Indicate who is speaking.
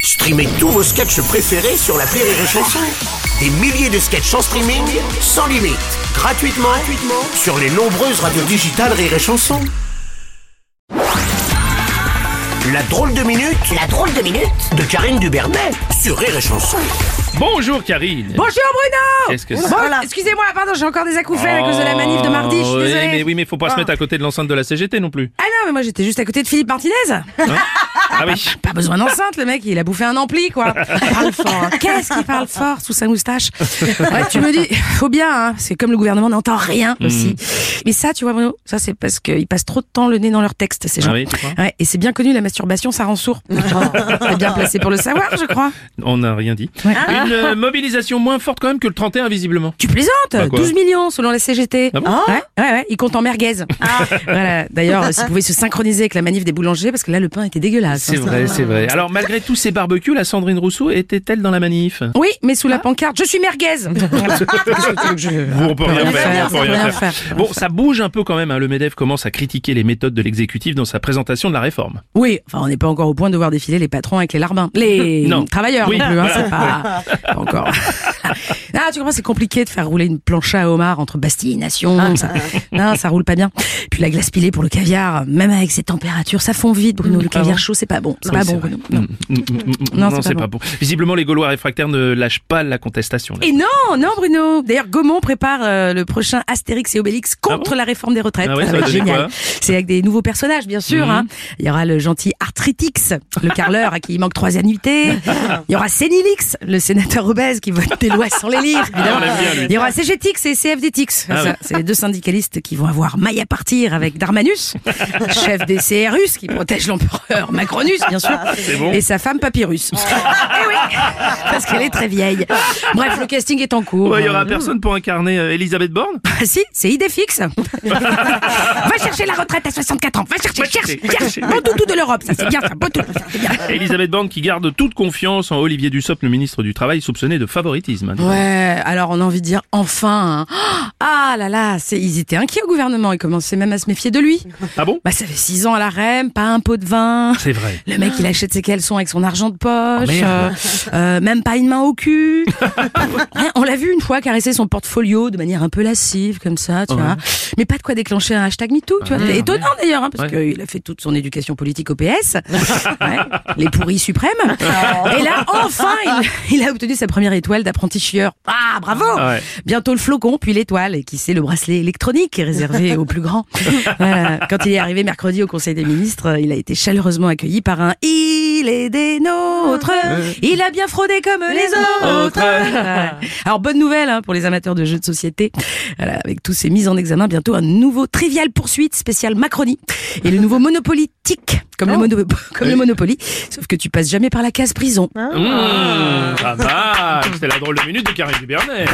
Speaker 1: Streamez tous vos sketchs préférés sur la Rire et Chanson. Des milliers de sketchs en streaming, sans limite, gratuitement, gratuitement sur les nombreuses radios digitales Rire et Chanson. La drôle de minute, la drôle de minute de Karine Dubernet sur Rire et Chanson.
Speaker 2: Bonjour Karine.
Speaker 3: Bonjour Bruno
Speaker 2: Qu'est-ce que c'est
Speaker 3: Bon, Excusez-moi, pardon, j'ai encore des acouphènes à cause de la manif de mardi, je suis
Speaker 2: Oh, oui,
Speaker 3: désolée.
Speaker 2: mais oui, mais faut pas se
Speaker 3: Ah.
Speaker 2: mettre à côté de l'enceinte de la CGT non plus.
Speaker 3: Ah non, mais moi j'étais juste à côté de Philippe Martinez
Speaker 2: hein ah oui.
Speaker 3: Pas besoin d'enceinte, le mec, il a bouffé un ampli, quoi Il parle fort, hein. qu'est-ce qu'il parle fort sous sa moustache Ouais, tu me dis, faut bien, hein, c'est comme le gouvernement n'entend rien
Speaker 2: Hmm.
Speaker 3: aussi. Mais ça, tu vois Bruno, ça c'est parce qu'ils passent trop de temps le nez dans leurs textes, ces gens.
Speaker 2: Ah oui, tu crois
Speaker 3: ouais, et c'est bien connu, la masturbation, ça rend sourd. T'es bien placé pour le savoir, je crois.
Speaker 2: On n'a rien dit.
Speaker 3: Ouais. Ah.
Speaker 2: Une euh, mobilisation moins forte quand même que le 31 visiblement.
Speaker 3: Tu plaisantes
Speaker 2: Bah quoi
Speaker 3: 12 millions selon la CGT.
Speaker 2: Ah bon
Speaker 3: ouais, ouais, ouais, ils comptent en merguez. Ah. Voilà. D'ailleurs, euh, s'ils pouvaient se synchroniser avec la manif des boulangers, parce que là, le pain était dégueulasse.
Speaker 2: C'est
Speaker 3: hein,
Speaker 2: vrai, c'est vrai. Alors malgré tous ces barbecues, la Sandrine Rousseau était-elle dans la manif
Speaker 3: Oui, mais
Speaker 2: Ah.
Speaker 3: sous la pancarte, je suis merguez. Voilà. Qu'est-ce que tu veux que je-
Speaker 2: Vous, on peut rien
Speaker 3: rien
Speaker 2: faire, on
Speaker 3: faire,
Speaker 2: peut
Speaker 3: on peut
Speaker 2: rien
Speaker 3: rien
Speaker 2: faire.
Speaker 3: faire.
Speaker 2: Bon, ça bouge un peu quand même. hein. Le Medef commence à critiquer les méthodes de l'exécutif dans sa présentation de la réforme.
Speaker 3: Oui, enfin, on n'est pas encore au point de voir défiler les patrons avec les larbins. Les
Speaker 2: Non.
Speaker 3: travailleurs
Speaker 2: Oui,
Speaker 3: non plus, hein,
Speaker 2: voilà.
Speaker 3: c'est pas, pas encore. ah, tu comprends, c'est compliqué de faire rouler une plancha à homard entre Bastille et Nation.
Speaker 2: Ah.
Speaker 3: ça, non, ça roule pas bien. Puis la glace pilée pour le caviar, même avec ces températures, ça fond vite,
Speaker 2: Mm,
Speaker 3: Bruno. Le caviar chaud, c'est pas bon. C'est
Speaker 2: Oui,
Speaker 3: pas
Speaker 2: c'est
Speaker 3: bon,
Speaker 2: vrai.
Speaker 3: Bruno. Non.
Speaker 2: Mm, mm, mm, mm,
Speaker 3: Non,
Speaker 2: non,
Speaker 3: c'est
Speaker 2: c'est
Speaker 3: pas
Speaker 2: pas bon. Visiblement, les Gaulois réfractaires ne lâchent pas la contestation. là.
Speaker 3: Et non, non, Bruno. D'ailleurs, Gaumont prépare euh, le prochain Astérix et Obélix contre
Speaker 2: Ah bon
Speaker 3: la réforme des retraites.
Speaker 2: Ah ouais, ça
Speaker 3: Ça
Speaker 2: va
Speaker 3: va être
Speaker 2: donner
Speaker 3: génial.
Speaker 2: quoi Mhm.
Speaker 3: C'est avec des nouveaux personnages, bien sûr. hein. Il y aura le gentil Arthritix, le carleur à qui il manque trois annuités. Il y aura Sénilix, le sénateur obèse qui vote des lois sans les lire.
Speaker 2: Ah,
Speaker 3: évidemment.
Speaker 2: on l'aime bien, lui.
Speaker 3: Il y aura CGTix et CFDTix.
Speaker 2: Ah
Speaker 3: Ça,
Speaker 2: ouais.
Speaker 3: C'est les deux syndicalistes qui vont avoir maille à partir avec Darmanus, chef des CRUS qui protège l'empereur Macronus, bien sûr,
Speaker 2: bon.
Speaker 3: et sa femme Papyrus. Eh oui, parce qu'elle est très vieille. Bref, le casting est en cours.
Speaker 2: Ouais, Il y aura
Speaker 3: Euh,
Speaker 2: personne pour incarner euh, Elisabeth Borne
Speaker 3: ah si, c'est Idéfix. va chercher la retraite à 64 ans. Va chercher,
Speaker 2: Va
Speaker 3: cherche,
Speaker 2: chercher, va
Speaker 3: cherche.
Speaker 2: chercher.
Speaker 3: Bon toutou de l'Europe, ça c'est bien, ça. Bon toutou, ça, c'est bien.
Speaker 2: Elisabeth Borne qui garde toute confiance en Olivier Dussopt, le ministre du Travail, soupçonné de favoritisme. hein, dis donc.
Speaker 3: Ouais, alors on a envie de dire enfin. hein. Ah là là, c'est, ils étaient inquiets au gouvernement, ils commençaient même à se méfier de lui.
Speaker 2: Ah bon
Speaker 3: Bah ça fait 6 ans à la REM, pas un pot de vin.
Speaker 2: C'est vrai.
Speaker 3: Le mec, il achète ses caleçons avec son argent de poche.
Speaker 2: Oh, merde.
Speaker 3: euh, euh, même pas une main au cul. Hein, on l'a vu une fois caresser son portfolio de manière un peu lascive, comme ça, tu vois. Mais pas de quoi déclencher un hashtag MeToo, tu vois. C'est étonnant d'ailleurs, hein, parce qu'il a fait toute son éducation politique au PS. Ouais, les pourris suprêmes. Et là, enfin, il, il a obtenu sa première étoile d'apprenti chieur. Ah, bravo
Speaker 2: Ah ouais.
Speaker 3: Bientôt le flocon, puis l'étoile, et qui sait, le bracelet électronique est réservé aux plus grands. Voilà. Quand il est arrivé mercredi au Conseil des ministres, il a été chaleureusement accueilli par un Il est des nôtres, il a bien fraudé comme les autres. Voilà. Alors, bonne nouvelle hein, pour les amateurs de jeux de société. Voilà, avec tous ces mises en examen, bientôt un nouveau Trivial Poursuite spécial Macronie et le nouveau Monopoly Tic, comme, le, mono- comme le Monopoly, sauf que tu passes jamais par la case prison.
Speaker 2: Ah bah, Mmh, pas mal. C'était la drôle de minute de Karine Dubernet.